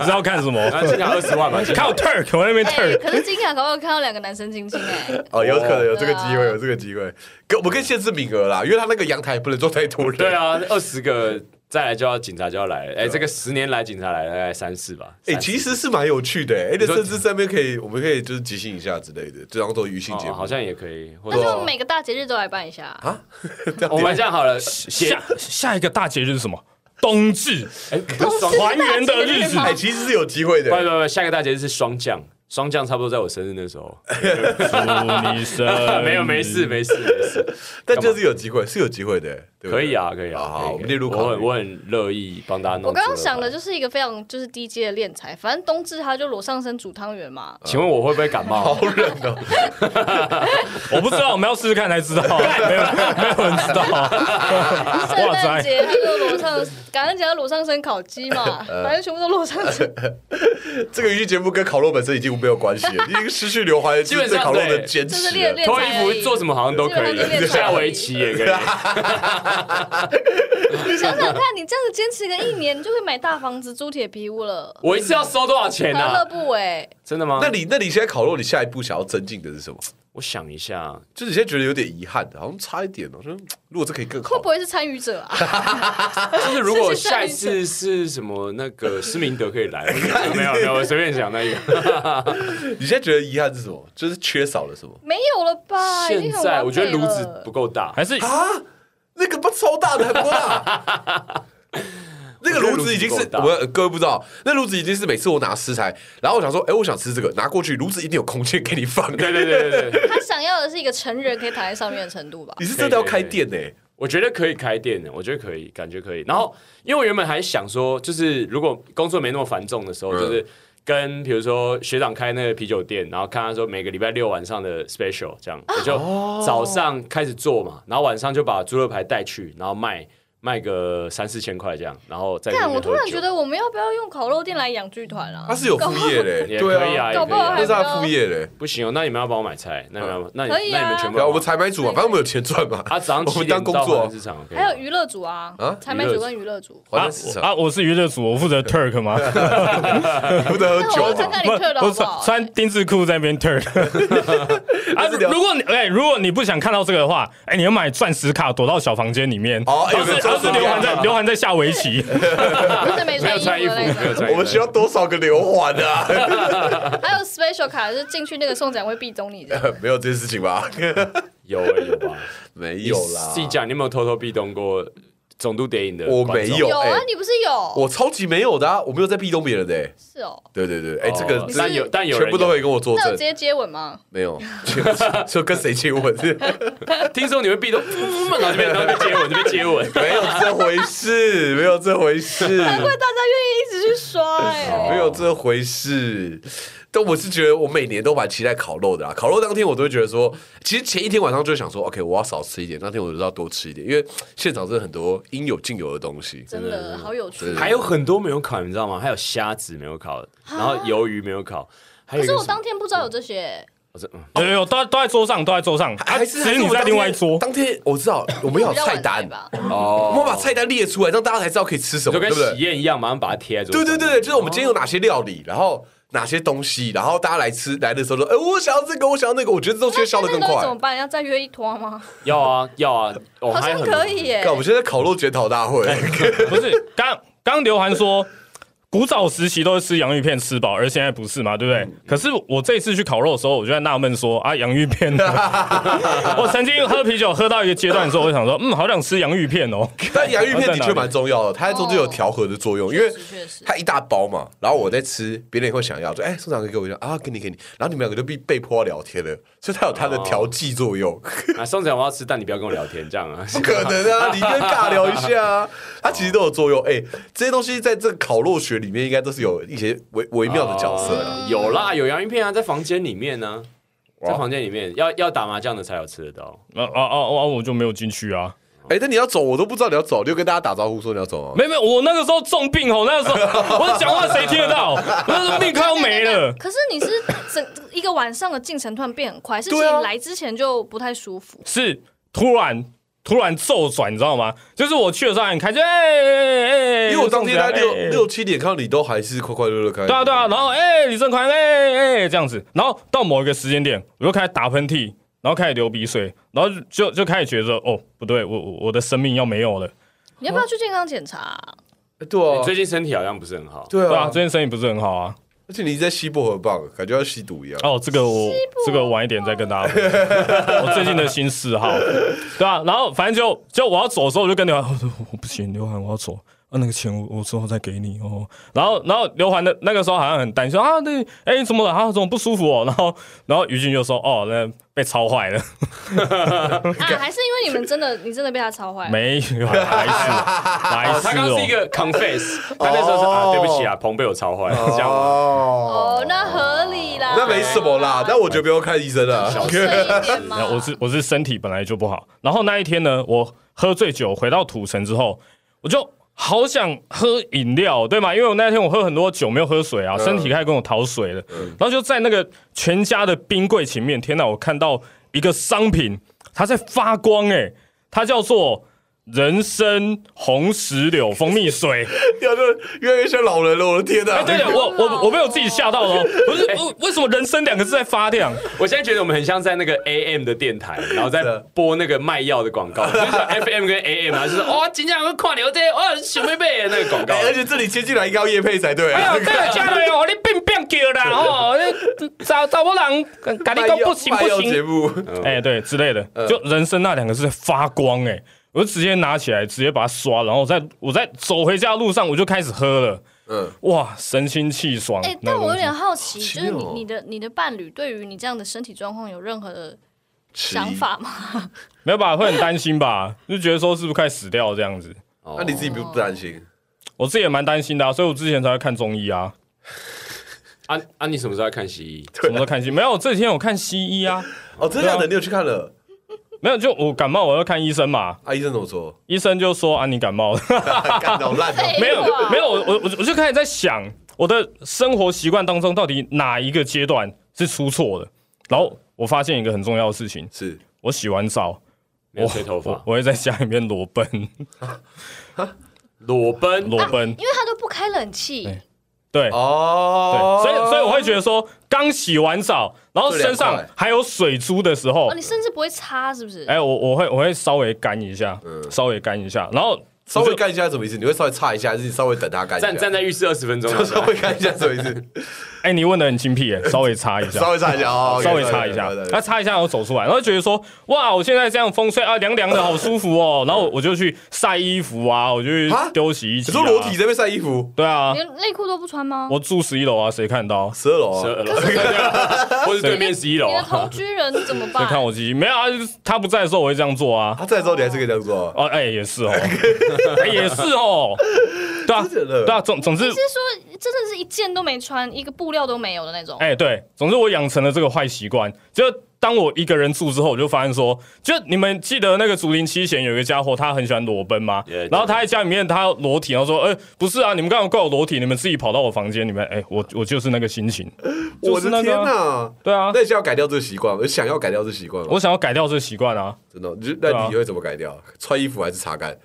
D: 你知道看什么？
B: 啊，进来二十万吧，进来
D: 看我 Turk，我在那边
A: 哎，
D: Turk。
A: 可是金卡搞不好看到两个男生亲亲
C: [laughs]
A: 哎，
C: 哦，有可能有这个机会，
A: 对啊
C: 有这个机会。可我们可以限制名额啦，因为他那个阳台不能坐太多人。
B: 对，啊，二十个再来就要警察就要来了，哎、这个十年来警察来了大概三四吧。
C: 哎，
B: 三四
C: 其实是蛮有趣的。哎，那
B: 说
C: 甚至这边可以，我们可以就是即兴一下之类的，这当做娱性节
B: 哦，
C: 目。
B: 好像也可以，或
A: 那
B: 者
A: 就每个大节日都来办一下啊。
B: 我们这样好了，写
D: 下下一个大节日是什么？冬至，
B: 哎，不是双，
D: 还原的日子。
C: 哎，其实是有机会
B: 不不
C: 的。
B: 不，下个大节日是双降，双降差不多在我生日那时候，
D: 祝你生日
B: [laughs]
C: 呃
D: [laughs]
B: 没有没事。没事没事，
C: 但就是有机会，是有机会的。对不
B: 可
C: 对
B: 以啊，可以啊，
C: 好好
B: 可以
C: 我们列入
B: 可以
C: 考
B: 我
C: 虑
B: 很我很乐意帮大家弄。
A: 我刚刚想的，就是一个非常就是低阶的练财，反正冬至他就裸上身煮汤圆嘛。
B: 请问我会不会感冒？
C: 好冷哦、
D: 我不知道，我们要试试看才 [laughs] 知道，没有没有人知道。
A: 圣
D: 哇
A: 诞
D: 塞
A: 节他就裸上，感恩节他裸上身烤鸡嘛，反正全部都裸上身。
C: 这个娱乐节目跟烤肉本身已经没有关系
B: [laughs]
C: 了，已经失去刘怀
B: 基
C: 基
B: 本上
C: 对烤肉的
B: 对
C: 坚
A: 就
C: 持
A: 是
C: 了。
A: 练练
B: 脱衣服做什么好像都可
A: 基本上就
B: 以，
A: 练才
B: 下
A: 而已
B: 围棋也可以。
A: 想想看，你这样子坚持个一年，你就可以买大房子、租铁皮屋了，
B: 我一次要收多少钱
A: 何乐
B: 啊？
A: 不为？
B: 真的吗？
C: 那你那你现在烤肉，你下一步想要增进的是什么？
B: 我想一下，啊
C: 就是你现在觉得有点遗憾，好像差一点哦。就是如果这可以更
A: 会
C: 好
A: 不，会是参与者啊？
B: 就是如果
A: 是是是
B: 下一次是什么那
A: [laughs]
B: 个施明德可以来， [laughs] 我觉得没有没有，我随便想那一个。
C: 你现在觉得遗憾是什么？就是缺少了什么？
A: 没有了吧？已
B: 现
A: 经啊很
B: 在
A: 完
B: 我觉得
A: 美
B: 炉
A: 了
B: 子不够
A: [laughs]
B: 大，
D: 还是
C: 啊那个不超大的很多大。
B: [laughs]
C: 那个炉子已经
B: 我觉
C: 是
B: 得
C: 我
B: 炉子不够大
C: 们各位不知道，那炉子已经是每次我拿食材，然后我想说，哎、我想吃这个，拿过去，炉子一定有空间给你
B: [laughs]
C: 放。
B: 对对对对对，
A: 他想要的是一个成人可以躺在上面的程度吧？
C: 你是真的要开店呢、
B: 我觉得可以开店的，我觉得可以，感觉可以。然后，因为我原本还想说，就是如果工作没那么繁重的时候，
C: 嗯
B: 就是跟比如说学长开那个啤酒店，然后看他说每个礼拜六晚上的 special 这
A: 啊
B: 样，我就早上开始做嘛，然后晚上就把猪肉排带去，然后卖卖个三四千块这样，然后再
A: 但
B: 里面
A: 我突然
B: 喝酒
A: 觉得我们要不要用烤肉店来养剧团啊？
C: 它是有副业嘞、
B: 也可
C: 对
B: 以啊，也
A: 搞
B: 可
A: 不
B: 以
A: 好
B: 啊
C: 那
A: 还
C: 是他的副业嘞、
B: 不行哦，那你们要帮我买菜，那你们要那你
A: 可以啊
B: 那你们全部
C: 对啊，
B: 要
C: 我们采买主嘛，反正我们有钱赚嘛。
B: 啊，早上
C: 我
B: 七
C: 们
B: 点
C: 当工
B: 到
C: 作
B: 华
C: 啊
B: 南市场，OK
A: 还有娱乐组啊
C: 啊，
A: 采买组跟娱乐组。
C: 华
D: 啊
C: 南市场
D: 啊，我是娱乐组，我负责 Turk 吗？
B: 啊
C: 不得
A: 那
C: 喝
A: 我
C: 酒
A: 要看
C: 嘛。
A: 看你退了好
D: 我
A: 不
D: 穿
A: 好？
D: 穿丁字裤在那边 [laughs] Turk。啊，如果你哎，如果你不想看到这个的话，哎，你要买钻石卡，躲到小房间里面。
C: 哦哎
D: 当
C: 有
D: 时
B: 啊
C: 个钻
D: 当
C: 石
D: 时
C: 卡
D: 刘涵在刘涵在下围 [laughs] 棋。
A: 就是没
B: 没有
A: 穿衣服
B: 穿衣服，
A: 的
B: 没有
A: 那
B: 穿衣服，
C: 我们需要多少个刘环啊？ [laughs]
A: 种。还有 special 卡，就是进去那个送展会壁咚你的。
C: 没有这件事情
B: [laughs]
C: 吧？
B: 有欸有 [laughs] 吧？
C: 没
B: 你
C: 有啦
B: 自，己讲，你有没有偷偷壁咚过总督谍影的？
C: 我没 [laughs] 有
A: 有啊
C: 哎，
A: 你不是有？
C: [laughs] 我超级没有的啊，我没有在壁咚别人的欸。
A: 是哦。
C: 对对对，哎，
B: 哦
C: 这个这
B: 但有但有人
C: 全部都可以跟我作
A: 那有直
C: 证，
A: 接接吻吗？
C: 没有，就 [laughs] 跟谁亲吻是
B: [laughs] 听说你会 [laughs] 壁咚，嗯然后这边然后这边接吻，这边接吻。
C: 没有这回事， [laughs] 没有这回事，
A: 怪大家愿意一直去刷哎。
C: 没有这回事。但我是觉得，我每年都蛮期待烤肉的啊。烤肉当天，我都会觉得说，其实前一天晚上就会想说，OK，我要少吃一点。那天我就要多吃一点，因为现场真的很多应有尽有的东西。
A: 真的好有趣。哦
B: 还有很多没有烤，你知道吗？还有虾子没有烤，然后鱿鱼没有烤，还有
A: 啊可
B: 一
A: 是
B: 个
A: 我
B: 什么
A: 当天不知道有这些，
B: 我这嗯
D: 有有有，都在都在桌上，都在桌上。啊，
C: 还
D: 只
C: 是
D: 是你在另外一桌。
C: 当天我知道我们要有菜单
A: 比较晚来吧。
B: 哦
C: 我们把菜单列出来，让大家才知道可以吃什么，
B: 就跟
C: 对不
B: 喜
C: 对？
B: 宴一样，马上把它贴在桌
C: 对
B: 上。
C: 对对，哦就是我们今天有哪些料理，然后哪些东西，然后大家来吃来的时候说，哎，我想要这个，我想要那个，我觉得这东西会消的
A: 那
C: 更
A: 那个
C: 快
A: 怎。么办？要再约一坨吗？
B: 要啊要啊，哦
A: 好
B: 还
A: 像
B: 有很多
A: 可以耶
C: 看，。我们现在烤肉检讨大会， [laughs]
D: [laughs] 不是，刚刚刘涵说，古早时期都是吃洋芋片吃饱，而现在不是嘛，对不
C: 嗯
D: 对？可是我这一次去烤肉的时候，我就在纳闷说啊，洋芋
C: [laughs]
D: 片呢？我曾经喝啤酒喝到一个阶段的时候，我就想说，嗯，好想吃洋芋片哦。
C: 但洋芋片的确蛮重要的，它在中间有调和的作用，因为
A: 确实确实
C: 它一大包嘛，然后我在吃，别人也会想要，说哎，宋长哥给我一张啊，给你给你，然后你们两个就被被迫要聊天了，所以它有它的调剂作用。
B: 啊，宋子阳我要吃，但你不要跟我聊天，这样啊。
C: 不可能啊！你跟尬聊一下啊，它其实都有作用。哎、这些东西在这个烤肉学里面，应该都是有一些微微妙的角色啦。
B: 哦有啦，有洋芋片啊，在房间里面呢、在房间里面要要打麻将的才有吃得到。
D: 哦哦哦哦，我就没有进去啊。
C: 哎、但你要走，我都不知道你要走，你就跟大家打招呼说你要走啊。
D: 没有没有，我那个时候重病哦，
C: [laughs]
D: 那个时候我讲话谁听得到？我那时候病快要没了。
A: 可是你是整一个晚上的进程突然变很快，是你
C: 对啊
A: 来之前就不太舒服。
D: 是突然突然骤转，你知道吗？就是我去的时候很开心，哎哎哎，
C: 因为我当天在六
D: 哎哎
C: 六七点看到你都还是快快乐乐开。
D: 对啊对啊，然后哎、李正宽哎哎这样子，然后到某一个时间点，我就开始打喷嚏，然后开始流鼻水，然后就就开始觉得哦不对，我我我的生命要没有了，
A: 你要不要去健康检查啊？
C: [laughs] 哎对啊，
B: 最近身体好像不是很好，
C: 对
D: 对啊，
C: 啊，
D: 最近生意不是很好啊。
C: 而且你一直在吸薄荷棒，感觉要吸毒一样。
D: 哦，这个我这个晚一点再跟大家分 [laughs] 享，我最近的新嗜好，对啊，然后反正就就我要走的时候，我就跟刘涵我说我不行，刘涵我要走，啊，那个钱我我之后再给你哦。然后然后刘环的那个时候好像很担心，说啊，对，哎、你怎么了？啊，怎么不舒服哦？然后然后于俊就说，哦，那被操坏了，
A: 啊，还是因为你们真的，你真的被他超坏了。
D: 没有，白痴，白
B: 哦，
D: 痴
B: 他刚刚是一
D: 哦。
B: 个 confess，他那时候是啊，对不起啊，彭被我超坏了，
D: 啊
B: 这样吗。
C: 哦
A: 哦，那合理啦，
C: 那没什么
D: 哦
C: 啦，那我觉得不用看医生了。
A: 小声一点嘛
D: 没。有我是我是身体本来就不好，然后那一天呢，我喝醉酒回到土城之后，我就好想喝饮料，对吗？因为我那天我喝很多酒，没有喝水啊，身体开始跟我讨水了。然后就在那个全家的冰柜前面，天哪！我看到一个商品，它在发光、欸，它叫做人参红石榴蜂
B: [laughs]
D: 蜜水。
C: 要是 [laughs] 越来越像老人了，我的天
D: 哎、
C: 哪！
D: 对了，我我我被我自己吓到了哦，不是，我为什么人参两个字在发亮？
B: 我现在觉得我们很像在那个 AM 的电台，然后在播那个卖药的广
C: [laughs]
B: 告，就是 FM 跟 AM 啊，就是哦，今天有个跨流这哦，小妹妹的那个广告
C: 哎，而且这里接进来应该要叶配才对
D: 哎
C: 啊
D: [laughs] 呦，这。个家人哦，你变变叫
C: [laughs]
D: 啦哦，你找找某人，跟你讲不行
C: 卖
D: 不
C: 药节
D: 行，
C: 目，嗯
D: 哎，对之类的，就人生那两个字在发光哎、我就直接拿起来，直接把它刷，然后在我在走回家的路上我就开始喝了，
C: 嗯，
D: 哇，神清气爽。
A: 哎、
D: 那
A: 但
D: 个
A: 我有
D: 东西
A: 点好奇，
C: 奇
A: 就是你
C: 哦
A: 你的你的伴侣对于你这样的身体状况有任何的
C: 迟疑
A: 想。法 [laughs] 吗？
D: 没有吧，会很担心吧，就觉得说是不是快死掉这样子。
C: 那你自己不不担心？
D: 我自己也蛮担心的、啊，所以我之前才会看中医啊，
B: 啊啊，你什么时候要看西医？
C: 啊
D: 什么时候看西？没有，这几天我看西医啊，
C: 哦，真的假的？你有去看了？
D: 没有，就我感冒我要看医生嘛，
C: 啊，医生怎么
D: [laughs]
C: 说？
D: 医生就说啊你感冒了。
C: 干到烂哦，
A: 废
D: 没有
A: 话
D: 没有，我我我我就开始在想，我的生活习惯当中到底哪一个阶段是出错的？然后我发现一个很重要的事情，
C: 是
D: 我洗完澡，
B: 没有吹头发
C: 哦
D: 我，我会在家里面裸奔，
B: 裸奔。
D: 裸奔，
A: 因为他都不开冷气，
D: 哎对。对，
C: 哦，
D: 所以所以我会觉得说，刚洗完澡，然后身
C: 这
D: 上
C: 凉快
D: 还有水珠的时候
A: 哦，，你甚至不会擦，是不是？
D: 哎、我我会我会稍微干一下，
C: 嗯
D: 稍微干一下，然后
C: 稍微干一下是什么意思？你会稍微擦一下，还是你稍微等他干一下？
B: 站站在浴室二十分钟，
C: 稍微看一下什么意思？
D: 哎、你问的很精辟耶，稍微
C: [laughs]
D: 擦一下，
C: 稍微擦一下哦，
D: 稍微擦一下，他擦一下，然后走出来，然后觉得说，哇，我现在这样风吹啊，凉凉的好舒服哦。然后我就去晒衣服啊，我就去
C: 啊
D: 丢洗衣机、
C: 你
D: 啊。
C: 说裸体？在那边晒衣服，
D: 对啊，
A: 连内裤都不穿吗？
D: 我住十一楼啊，谁看到？
C: 十二楼
B: 十
C: 啊， [laughs]
B: 二楼， [laughs] 或是对面十一楼
A: 你的
B: 啊
A: 同。居
D: [laughs]
A: 人怎么
D: 谁
A: 办？
D: 看我鸡鸡？没有啊，就是他不在的时候我会这样做啊。
C: 他在之后你还是可以这样做啊。
D: 哦，哎、也是
C: [laughs]
D: 哦，哎、也是哦，对啊，
C: 真的假的
D: 对啊，总总之
A: 你，是说真的是一件都没穿，一个布料都没有的那种？
D: 哎、对，总之我养成了这个坏习惯，就。当我一个人住之后，我就发现说，就你们记得那个竹林七贤有一个家伙，他很喜欢裸奔吗
B: Yeah，
D: 然后他在家里面，他裸体，然后说：“哎、不是啊，你们刚刚怪我裸体，你们自己跑到我房间里面，哎、我我就是那个心情，
C: 我的
D: 就是那
C: 天
D: 个啊
C: 哪！
D: 对啊
C: 那，你是要改掉这个习惯吗？想要改掉这个习惯吗？
D: 我想要改掉这个习惯啊，
C: 真的哦，你就
D: 对
C: 那
D: 啊
C: 你会怎么改掉？穿衣服还是擦干？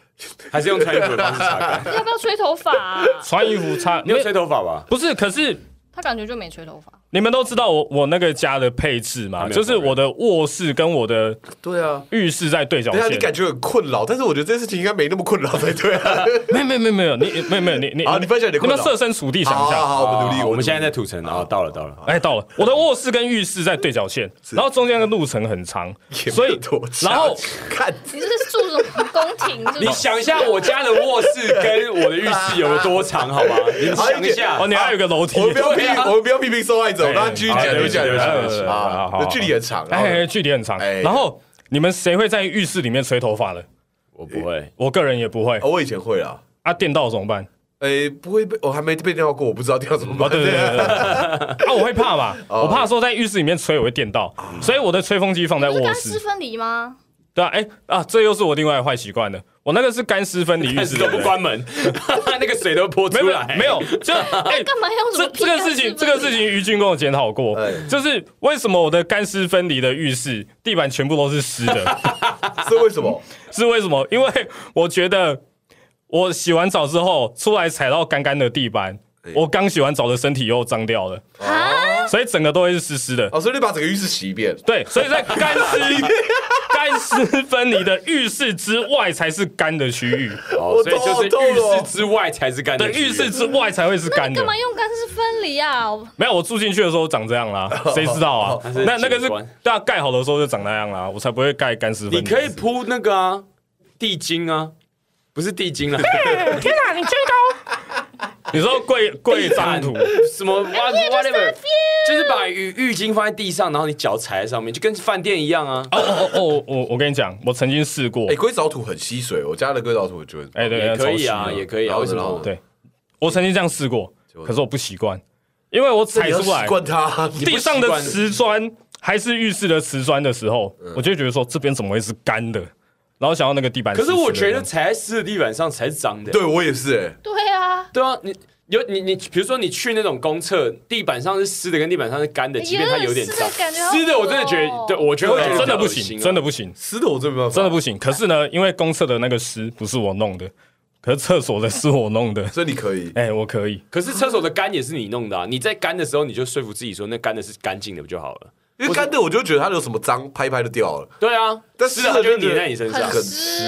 B: 还是用穿衣服的方式擦干。
A: 要不要吹头发、啊？
D: 穿衣服擦，
B: 你有吹头发吧？
D: 不是，可是
A: 他感觉就没吹头发。
D: 你们都知道我我那个家的配置嘛，
B: 没有
D: 就是我的卧室跟我的
C: 对啊，
D: 浴室在对角
C: 等一下
D: 线
C: 你，感觉很困扰，但是我觉得这件事情应该没那么困扰才对啊。
D: 没有没有没有没有，你没有没有你你
C: [laughs] 好你分享你的
D: 你
C: 困
D: 们
C: 扰
D: 设身处地想
C: 好
D: 一下，
C: 好好，我们努力。
B: 哦我们现
C: 在
B: 在在土城，然后到了到了。
D: 哎，到了，我的卧室跟浴室在对角线，然后中间的路程很长，所以
C: 多差，
D: 然后
C: 看
A: 你这是住什么宫廷？是不是
B: 你想一下，我家的卧室跟我的浴室有多长， [laughs] 好吗？你想一下
D: 哦，，你还有一个楼梯
C: 我，们不要批
B: 对啊，
C: 我们不要批评受害者，我们让他继续讲，
B: 好
C: 继续讲，
B: 对不起对
C: 继
B: 不
C: 续
B: 起
C: 讲
D: 对不起
C: 啊
D: 好好好
C: 那距离很长。然后
D: 哎，距离很长，
C: 哎
D: 然后你们谁会在浴室里面吹头发的？
B: 我不会。 [laughs]
D: 我个人也不会
C: 哦我以前会啊，
D: 啊，电到怎么办？
C: 哎，不会被我还没被电到过，我不知道电到怎么办。
D: 哦，
C: [laughs]
D: 对对对对，对啊，我会怕嘛，我怕说在浴室里面吹我会电到，所以我的吹风机放在
A: 不是
D: 卧
A: 干湿
D: 室，
A: 分离吗？
D: 对啊，哎啊，这又是我另外的坏习惯了，我那个是干湿分离浴
B: 但
D: 室
B: 是
D: 的
B: 都不
D: 人，
B: 关门， [laughs] 那个水都泼
D: 没有
B: 出来。
D: 没有，没有就哎。
A: 干嘛要什
D: 这
A: 么啊
D: 这个事情，这个事情，于军跟我检讨过
C: 哎，
D: 就是为什么我的干湿分离的浴室地板全部都是湿的，
C: 是为什么？
D: 是为什么？因为我觉得我洗完澡之后出来踩到干干的地板，我刚洗完澡的身体又脏掉了，
A: 啊？
D: 所以整个都会是湿湿的。
C: 哦，所以你把整个浴室洗一遍。
D: 对，所以在干湿干湿分离的浴室之外才是干的区域，
B: 哦，所以就是浴室之外才是干的
D: 对，
B: 区域。
D: 浴室之外才会是干的
A: 干。嘛用干湿分离啊？我
D: 没有，我住进去的时候长这样
B: [laughs]
D: 啦，谁知道啊？
B: 是
D: 那那个
B: 景
D: 是
B: 观
D: 大家盖好的 [laughs] 时候就长那样啦，我才不会盖干湿分离。
B: 你可以铺那个啊，地巾啊，不是地 [laughs] 精了，
D: 天哪，你真高！ [laughs] 你说贵贵张 [laughs] 图，
B: 什么 what whatever，就是把浴浴巾放在地上，然后你脚踩在上面，就跟饭店一样啊。
D: 哦哦哦哦，我我跟你讲，我曾经试过
C: 哎，，龟藻土很吸水，我家的龟藻土我觉得
D: 哎，对，
B: 也可以
D: 超
B: 啊，
D: 细的
B: 也可以啊。
C: 然后
B: 为
C: 呢
B: 什
C: 然后
B: 么
C: 呢？
D: 对，我曾经这样试过，可是我不习惯，因为
C: 那
D: 我踩
C: 你要
D: 出来
C: 习惯
D: [laughs]
C: 它，你
D: 地上的
B: 惯
D: 瓷砖还是浴室的瓷砖的时候，
B: 嗯
D: 我就会觉得说这边怎么会是干的，然后想要那个地板
B: 可
D: 湿湿
B: 是
D: 的。
B: 我觉得踩在湿的地板上才是脏的。
C: [laughs] 对我也是哎，
A: 对啊，
B: 对啊，你有你你，比如说你去那种公厕，地板上是湿的，跟地板上是干的，即便它有点脏
A: 哎湿的感觉好恶哦
B: 湿的我真的觉得，对我觉得我觉得
D: 真的
B: 比较
D: 不
B: 恶心
D: 行，
B: 啊
D: 真的不行，
C: 湿的我真没办法，
D: 真的不行。可是呢，因为公厕的那个湿不是我弄的，可是厕所的是我弄的。 [laughs]
C: 所以你可以。
D: 哎，我可以，
B: 可是厕所的干也是你弄的啊！你在干的时候，你就说服自己说那干的是干净的不就好了？
C: 因为干的我就觉得它有什么脏，拍一拍就掉了。
B: 对啊，
C: 但
B: 湿
C: 湿的
B: 的它就会
C: 就觉得
B: 粘在你身上，
A: 很湿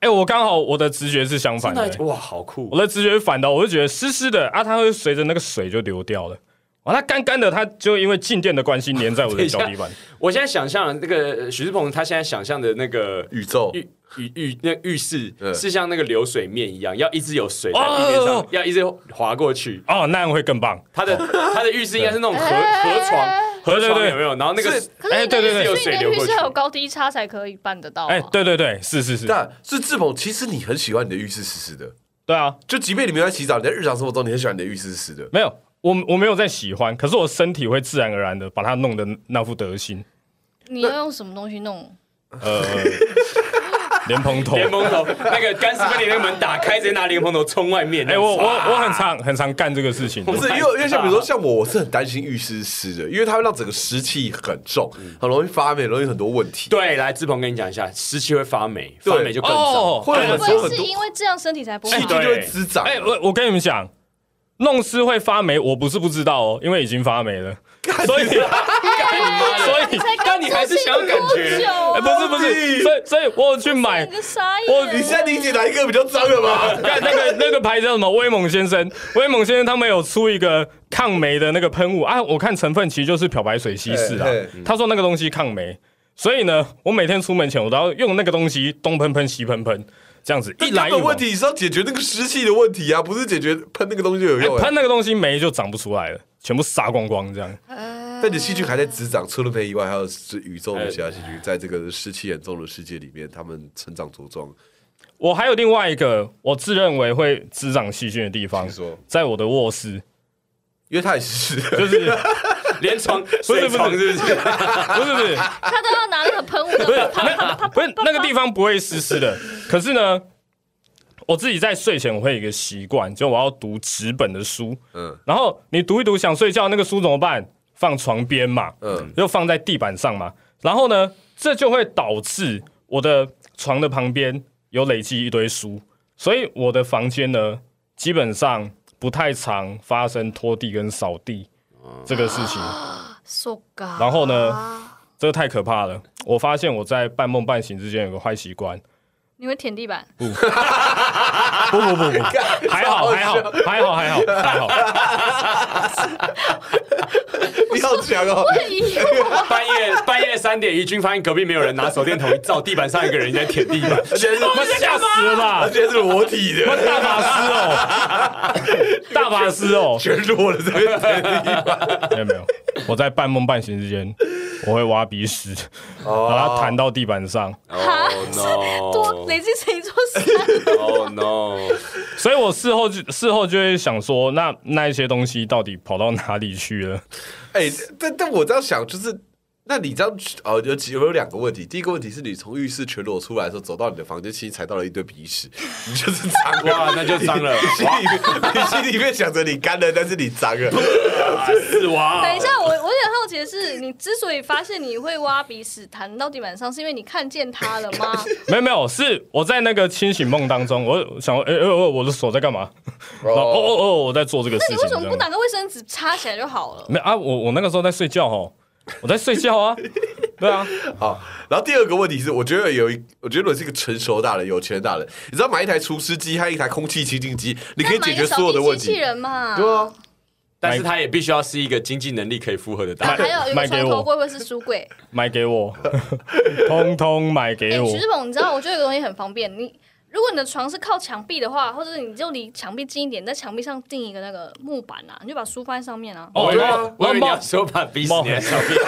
A: 哎、
D: 哎，我刚好我的直觉是相反
B: 真
D: 的，
B: 的哇，好酷！
D: 我的直觉是反的，我就觉得湿湿的啊，它会随着那个水就流掉了。啊，它干干的，它就因为静电的关系粘在我
B: [laughs] 等
D: 的
B: 一下
D: 脚底板。
B: 我现在想象那个呃许志鹏他现在想象的那个
C: 宇宙
B: 浴浴浴那浴室
C: 嗯
B: 是像那个流水面一样，要一直有水在地面
D: 哦哦
B: 上
D: 哦，
B: 要一直滑过去。
D: 哦，那样会更棒。
B: 他的他的浴室应该是那种河河床，河
D: 对对
B: 床
D: 对
B: 有没有？然后那个
C: 是
A: 可是你的
D: 哎对对对
A: 浴室
B: 有水
A: 你的
B: 流
A: 浴
B: 过去
A: 室还有高低差才可以办得到、啊。
D: 哎、对对对，是是
B: 啊
D: 是，
C: 但是志鹏，其实你很喜欢你的浴室湿湿的，
D: 对啊，
C: 就即便你没有在洗澡，你在日常生活中你很喜欢你的浴室湿湿
D: [laughs]
C: 的。
D: 没有，我我没有在喜欢，可是我身体会自然而然的把它弄得那副德行，
A: 你要用什么东西弄？
D: 呃，
B: [laughs]
D: 莲蓬头。
B: 莲蓬头，那个干湿分离那个门打开，直接拿莲蓬头冲外面。
D: 哎、我我我很常很常干这个事情，
C: 不是，因为因为像比如说像我，我是很担心浴室湿的，因为它会让整个湿气很重，
D: 嗯
C: 很容易发霉，容易很多问题。
B: 对，来志鹏跟你讲一下，湿气会发霉，
C: 对
B: 发霉就更脏。
D: 哦
C: 会
A: 会
C: 很
A: 不
C: 多
A: 会
C: 很
A: 是
C: 多
A: 因为这样身体才不好？
C: 细菌就会滋长。啊
D: 哎、我我跟你们讲，弄湿会发霉，我不是不知道哦，因为已经发霉了，所以所以
A: 才刚
B: 但你还是想要感觉
A: 做多
D: 哎、
A: 哎久哦
D: 不是不是，所以所以我有去买
A: 你。个傻眼！
D: 我
C: 你现在理解哪一个比较脏了吗？
D: [laughs] 看那个那个牌子叫什么？威猛先生，威猛先生他们有出一个抗霉的那个喷雾啊，我看成分其实就是漂白水稀释啊
C: 嘿嘿。
D: 他说那个东西抗霉，所以呢，我每天出门前我都要用那个东西东喷喷西喷喷，这样子一来
C: 来
D: 一
C: 的
D: 往
C: 问，题是要解决那个湿气的问题啊，不是解决喷那个东西有
D: 哎
C: 用、啊。
D: 喷那个东西霉就长不出来了，全部杀光光这样。
C: 但你细菌还在滋长，除了霉以外，还有是宇宙的其他细菌，在这个湿气严重的世界里面，他们成长茁壮。
D: 我还有另外一个我自认为会滋长细菌的地方
C: 请说，
D: 在我的卧室，
C: 因为它也是湿的，
D: 就是
B: 连床水
D: 不
B: 床
D: 是
B: 是不是？
D: 不是不是。
A: 他都要拿那个喷雾的，
D: 那不是那个地方不会湿湿的，可是呢，我自己在睡前我会有一个习惯，就我要读纸本的书，
C: [laughs] 嗯
D: 然后你读一读想睡觉，那个书怎么办？放床边嘛，
C: 嗯，
D: 又放在地板上嘛，然后呢，这就会导致我的床的旁边有累积一堆书，所以我的房间呢，基本上不太常发生拖地跟扫地这个事情。
A: So g
D: 然后呢？这个太可怕了！我发现我在半梦半醒之间有个坏习惯，
A: 你会舔地板？
D: 不不不不，还好还好还好还好还好，
C: 你 [laughs] 好强
D: [laughs]
C: 哦！
A: 哎
B: 半夜半夜三点，一军发现隔壁没有人，拿手电筒一照，地板上一个人在舔地板。
C: 而且是
D: 他 [laughs] 吓死了吧
C: 而！且是裸体
D: [laughs]
C: 的，
D: 大法师哦，大法师哦，
C: 全裸的在那边舔
D: 没有没有，我在半梦半醒之间，我会挖鼻屎，把它弹到地板上，
A: 哈
B: Oh
A: 多
B: no！
A: 累积成一座山。
B: Oh no！
D: 所以我事后就事后就会想说，那那一些东西到底跑到哪里去了？
C: 哎、但但我这样想，就是那你这样去哦，有几有有两个问题。第一个问题是你从浴室全裸出来的时候，走到你的房间，其实踩到了一堆鼻屎，
B: [laughs]
C: 你就是脏了。
B: 哇，那就脏了，
C: 心里面，你心里面想着你干了，但是你脏
B: [laughs]
C: 了。
B: 哇死亡！
A: 等一下，我我有点好奇的是，你之所以发现你会挖鼻屎弹到地板上，是因为你看见它了
C: [laughs]
A: 吗？
D: 没有没有，是我在那个清醒梦当中，我想说，哎、哎哦，我的手在干嘛？然后哦哦哦，我在做这个事
A: 你哎
D: 情。
A: 为什么不
D: 这样
A: 拿个卫生纸擦起来就好了？
D: 没有啊，我我那个时候在睡觉哦，我在睡觉啊，对啊，
C: 好，然后第二个问题是，我觉得有一，我觉得我是一个成熟大人、有钱大人，你知道买一台除湿机和一台空气清净机，你可以
A: 那买
C: 解
A: 一
C: 决
A: 个扫
C: 所有的
A: 地
C: 问
A: 机器
C: 题。
A: 人嘛，
C: 对啊，
B: 但是他也必须要是一个经济能力可以负荷的大
A: 啊。
B: 人。
A: 还有有
D: 卖
A: 个
D: 给
A: 床头
D: 我
A: 柜或是书柜。
D: 买给我，通通买 [laughs]
A: 哎
D: 给，我
A: 徐。志鹏，你知道我觉得有个东西很方便，你。如果你的床是靠墙壁的话，或者是你就离墙壁近一点，在墙壁上钉一个那个木板啊，你就把书放在上面啊。
D: 哦
B: 我以为我以为你
D: 猫
B: 要说把鼻屎
D: 猫
B: 粘在上面，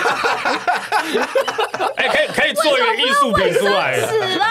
D: 哎、可以可以做一个艺术品出
C: 哎
D: 来。
A: 死
C: [laughs]
A: 啦！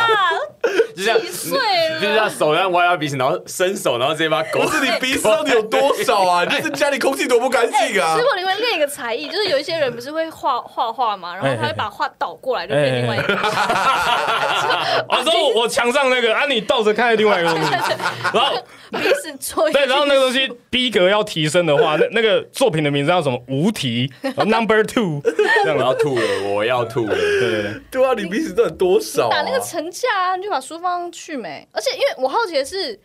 B: 就像
A: 几岁了
B: 就是像手这样弯到鼻屎，然后伸手，然后直接把
D: [laughs]
B: 狗
C: 啊不是你鼻屎到底有多少啊？你是家里空气多不干净啊
A: 如？果你会练一个才艺，就是有一些人不是会画画画嘛，然后
D: 哎
A: 他会把画倒过来，就变另外一
C: [laughs]
A: 个。
D: 啊，之后我墙上那个啊，你倒着看另外一个
A: [laughs]
D: 东西，然后
A: 鼻屎戳一
D: 对，然后那个东西逼格要提升的话，那那个作品的名字叫什么？无题呃，Number Two，这 [laughs]
B: 我
D: 样子
B: 要吐了，我要吐了。
D: 对对对，
C: 对啊，你鼻屎到底多
D: 哦
C: 少
A: 打
C: 啊
A: 那？个层架啊，你就把书放上去没？而且因为我好奇的是，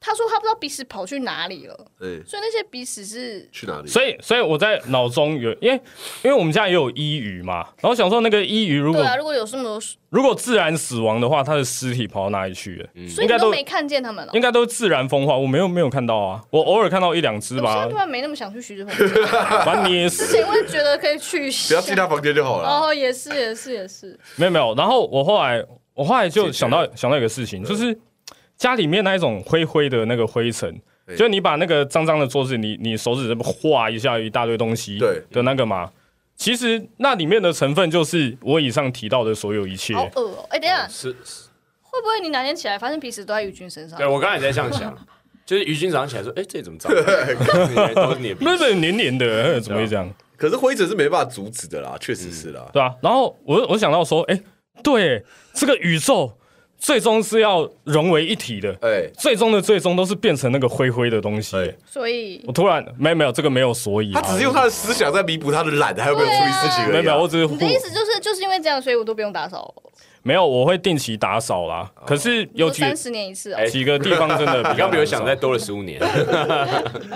A: 他说他不知道鼻屎跑去哪里了，
C: 嗯，
A: 所以那些鼻屎是
C: 去哪里？
D: 所以所以我在脑中有，因为因为我们家也有伊鱼嘛，然后想说那个伊鱼如
A: 对
D: 果、
A: 啊。如果有这么多，
D: 如果自然死亡的话，它的尸体跑到哪里去了？
A: 所以
D: 应该
A: 你
D: 都
A: 都没看见他们哦了。
D: 应该都是自然风化，我没有没有看到啊，我偶尔看到一两只
A: 我现在
D: 吧
A: 突，然没那么想去徐志鹏家，
D: [laughs] 把你捏
A: 之
D: 死。
A: 前我也觉得可以去一
C: 不
A: 下
C: 要。进他房间就好了。
A: 哦，也是也是也是，
D: 没有没有，然后我后来我后来就想到想到一个事情，就是家里面那一种灰灰的那个灰尘，
C: 对
D: 就你把那个脏脏的桌子，你你手指这么划一下一大堆东西，
C: 对
D: 的那个嘛，其实那里面的成分就是我以上提到的所有一切。
A: 好恶哦！哎，等一下，
B: 是，
A: 会不会你哪天起来发现鼻屎都在于君身上
B: 对？我刚才也在这样想，就是于军早上起来说，哎，这里怎么脏？
D: [laughs]
B: 原来都是你的鼻
D: 不是
B: 屎。
D: 不是黏黏的，呃怎么会这样？
C: 可是灰尘是没办法阻止的啦，确实是啦。
D: 对啊，然后我我想到说，哎、对，这个宇宙最终是要融为一体的，
C: 哎，
D: 最终的最终都是变成那个灰灰的东西。
C: 哎
A: 所以
D: 我突然没有没有这个没有所以、啊，
C: 他只是用他的思想在弥补他的懒，还有没有处理事情而已啊。
D: 没有没有，我只是
A: 你的意思就是就是因为这样，所以我都不用打扫，
D: 没有，我会定期打扫啦。可是有几
A: 哦三十年一次哦
B: 哎。
D: 几个地方真的比较难扫，
B: 你刚没有想再多了十五年，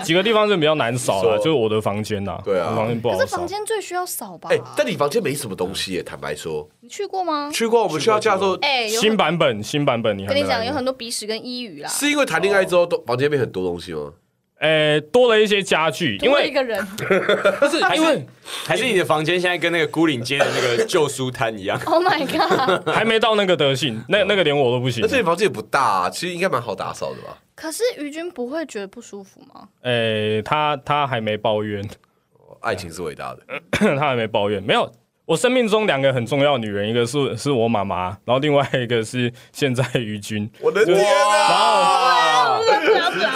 D: 几个地方是比较难扫啦，
C: 说
D: 就是我的房间呐，
C: 对啊
D: 我房间不
A: 可
D: 好
A: 是
D: 哦扫
A: 房。间最需要扫吧？
C: 哎，但你房间没什么东西耶，坦白说，
A: 你去过吗？
C: 去过我们去到家的时候，
A: 嗯哎，有
D: 新版本，新版本你还
A: 跟
D: 没
A: 你讲，
D: 来
A: 有
D: 过？
A: 很多鼻屎跟伊语啦，
C: 是因为谈恋爱之后，
A: 哦
C: 都房间变很多东西吗？
D: 呃，多了一些家具，因
A: 多了一
D: 为
A: 个人。 [laughs]
D: 不是因为
B: 还是你的房间现在跟那个孤岭街的那个旧书摊
D: [laughs]
B: 一样？
A: Oh my god！
D: 还没到那个德性，那那个连我都不行
C: 而。且你房间也不大啊，其实应该蛮好打扫的吧？
A: 可是于君不会觉得不舒服吗？
D: 呃，他他还没抱怨， [laughs]
C: 爱情是伟大的，
D: 他还没抱怨，没有。我生命中两个很重要的女人，一个是是我妈妈，然后另外一个是现在于君。
C: 我的天啊！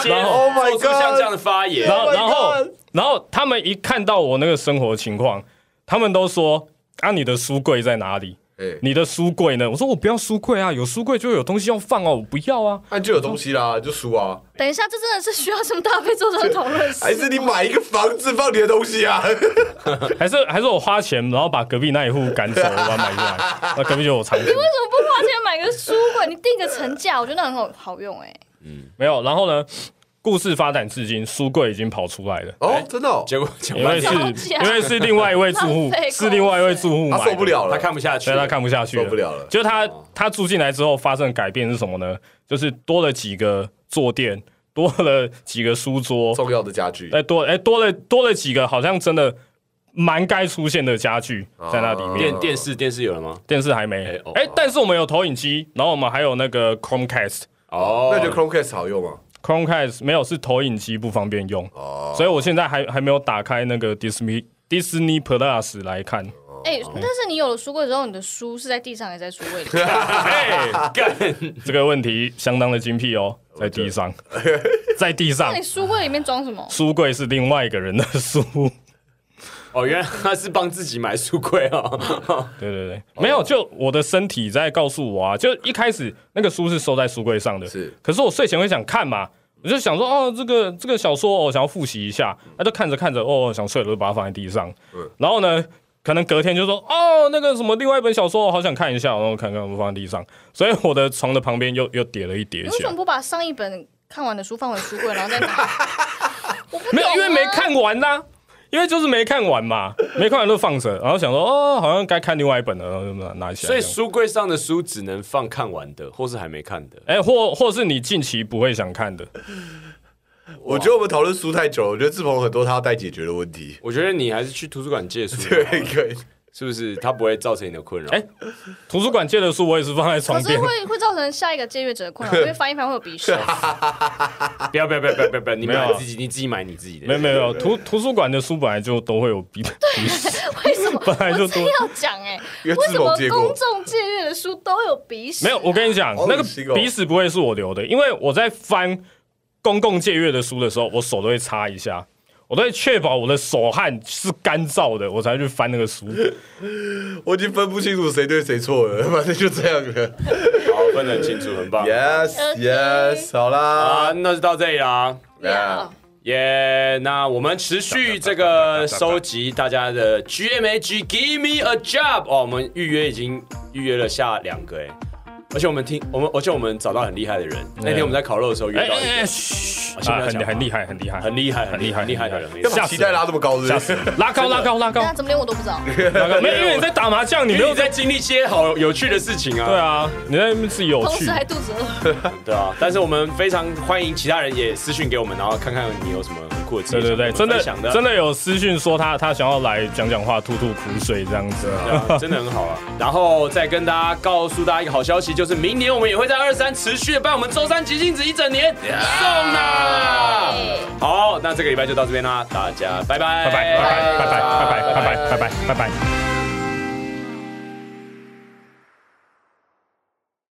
B: 然
D: 后
C: Oh my
B: 做出像这样的发言，
D: 然
C: Oh my
D: 后然后
C: God
D: 然后他们一看到我那个生活情况，他们都说：“啊，你的书柜在哪里？
C: 哎，
D: 你的书柜呢？”我说：“我不要书柜啊，有书柜就有东西要放哦，我不要啊。 [laughs]
C: 那就有东西啦，就输啊！
A: 等一下，这真的是需要这么大费周章的讨
D: [laughs]
A: 论
D: 哎
C: 还是你买一个房子放你的东西啊？
D: 还是还是我花钱，然后把隔壁那一户赶走，我把它买下来， [laughs] 那隔壁就
C: [laughs]
D: 有仓库。
A: 为什么不花钱买个书柜？你定个层架，我觉得那很好好用哎、
D: 没有，然后呢？故事发展至今，书柜已经跑
A: [laughs]
D: 出来了。”
C: 哦，真的哦，
B: 结果讲
D: 因为
B: 半
D: 是
B: 天，
A: 吵架
D: 因为是另外一位住户
A: 浪费，公
D: 是另外一位住户
C: 他
D: 买
C: 啊
D: 的
C: 受不，了
B: 他
C: 了，
B: 看不下去
D: 所以
B: 了，
D: 他看不下去了，
C: 受不了哦了
D: 就是他他住进来之后发生的改变是什么呢？就是多了几个坐垫，多了几个书桌，
C: 重要的家具
D: 哎多哎多了多了几个好像真的蛮该出现的家具
C: 哦
D: 在那里面。
B: 电电视电视有了吗？
D: 电视还没，哎
B: 哎、哦哦
D: 但是我们有投影机，然后我们还有那个 Chromecast。
B: 哦，
C: 那就 Chromecast 好用啊。
D: Chromecast 没有，是投影机不方便用，
C: 哦，
D: 所以我现在还还没有打开那个 Disney Disney Plus 来看。
A: 哎、但是你有了书柜之后，你的书是在地上还是在书柜里？
D: 啊 [laughs] 哎，
B: 干
D: 这个问题相当的精辟哦，在地上， [laughs] 在地上
A: 那你，书柜里面装什么？
D: 书柜是另外一个人的书。 [laughs]
B: 哦，原来他是帮自己买书柜哦。
D: 对对对，没有，就我的身体在告诉我啊，就一开始那个书是收在书柜上的，
C: 是
D: 可是我睡前会想看嘛，我就想说，哦，这个这个小说，哦，想要复习一下，那、就看着看着，哦，想睡了，就把它放在地上，然后呢。可能隔天就说哦，那个什么，另外一本小说，我好想看一下，然后看看我放在地上，所以我的床的旁边又又叠了一叠
A: 你为
D: 起
A: 什
D: 来
A: 么。不把上一本看完的书放回书柜，然后再拿？
D: [laughs]
A: 我不懂啊
D: 没有，因为没。看完呐、因为就是没看完嘛，没看完就放着，然后想说哦，好像该看另外一本了，然后就拿拿起来
B: 所
D: 这
B: 以
D: 样。
B: 书柜上的书只能放看完的，或是还没看的。
D: 哎、或或是你近期不会想看的，
C: 我觉得我们讨论书太久了，我觉得志鹏有很多他要待解决的问题。
B: 我觉得你还是去图书馆借书吧。
C: 对，可以。啊
B: 是不是？它不会造成你的困扰。
D: 哎图书馆借的书我也是放在
A: 可
D: 床
A: 是
B: 哦
D: 边，
A: 会会造成下一个借阅者的
D: [laughs]
A: 困扰，因为翻一翻会有鼻水。
B: 不要不要不要不要不要不要，你
D: 没有啊
B: 买自己，你自己买你自己的。
D: 没有没有没有，图图书馆的书本来就都会有鼻鼻屎，
A: 为什么？
D: [laughs] 本来就
A: 我真
D: 多
A: 要讲哎、
C: 因为
A: 为
C: 自
A: 什
C: 某
A: 么
C: 借过
A: 公众借阅的书都有鼻屎？啊
D: 没有，我跟你讲，
C: 好恶
D: 那个
C: 心哦
D: 鼻屎不会是我留的，因为我在翻公共借阅的书的时候，我手都会擦一下，我都会确保我的手汗是干燥的，我才会去翻那个书。
C: 我已经分不清楚谁对谁错了，反正就这样了。
B: 好，分得很清楚，很棒。
C: Yes,
A: OK
C: yes，好
B: 啊，
C: 啦，
B: 那就到这里啦。
C: 啊
A: Yeah
B: 耶、那我们持续这个收集大家的 GMAG Give Me a Job 哦，我们预约已经预约了下两个哎，而且我们听我们而且我们找到很厉害的人，那天我们在烤肉的时候
D: 哎
B: 约到一个
D: 哎哎，嘘
B: 啊先不
D: 啊
B: 要讲
D: 很很厉害，很厉害，
B: 很厉害很厉害很
D: 很
B: 厉
D: 厉
B: 害
D: 害
B: 的人，没
C: 干
B: 错
C: 嘛
D: 吓死
C: 期待拉这么高是
D: 吓
C: 不是？
D: 死了！拉高拉高拉
A: 那
D: 高，
A: 怎么连我都不知道？
D: 拉高没有，因为你在打麻将，你
B: 因
D: 没
B: 为你 [laughs]
D: 有在。
B: 在经历一些好有趣的事情啊，
D: 对啊，你在那边是有
A: 同
D: 趣
A: 时，还肚子饿。
B: 对啊，但是我们非常欢迎其他人也私讯给我们，然后看看你有什么很酷的啊经
D: 对
B: 历
D: 对对，真的
B: 想
D: 真的有私讯说他他想要来讲讲话、吐吐苦水这样子。
B: 对啊，真的很好啊。然后再跟大家告诉大家一个好消息，就是明年我们也会在二三持续的办我们周三急性子一整年送啊啦。好，那这个礼拜就到这边啦，大家拜拜，
D: 拜拜拜拜拜拜拜拜拜拜拜。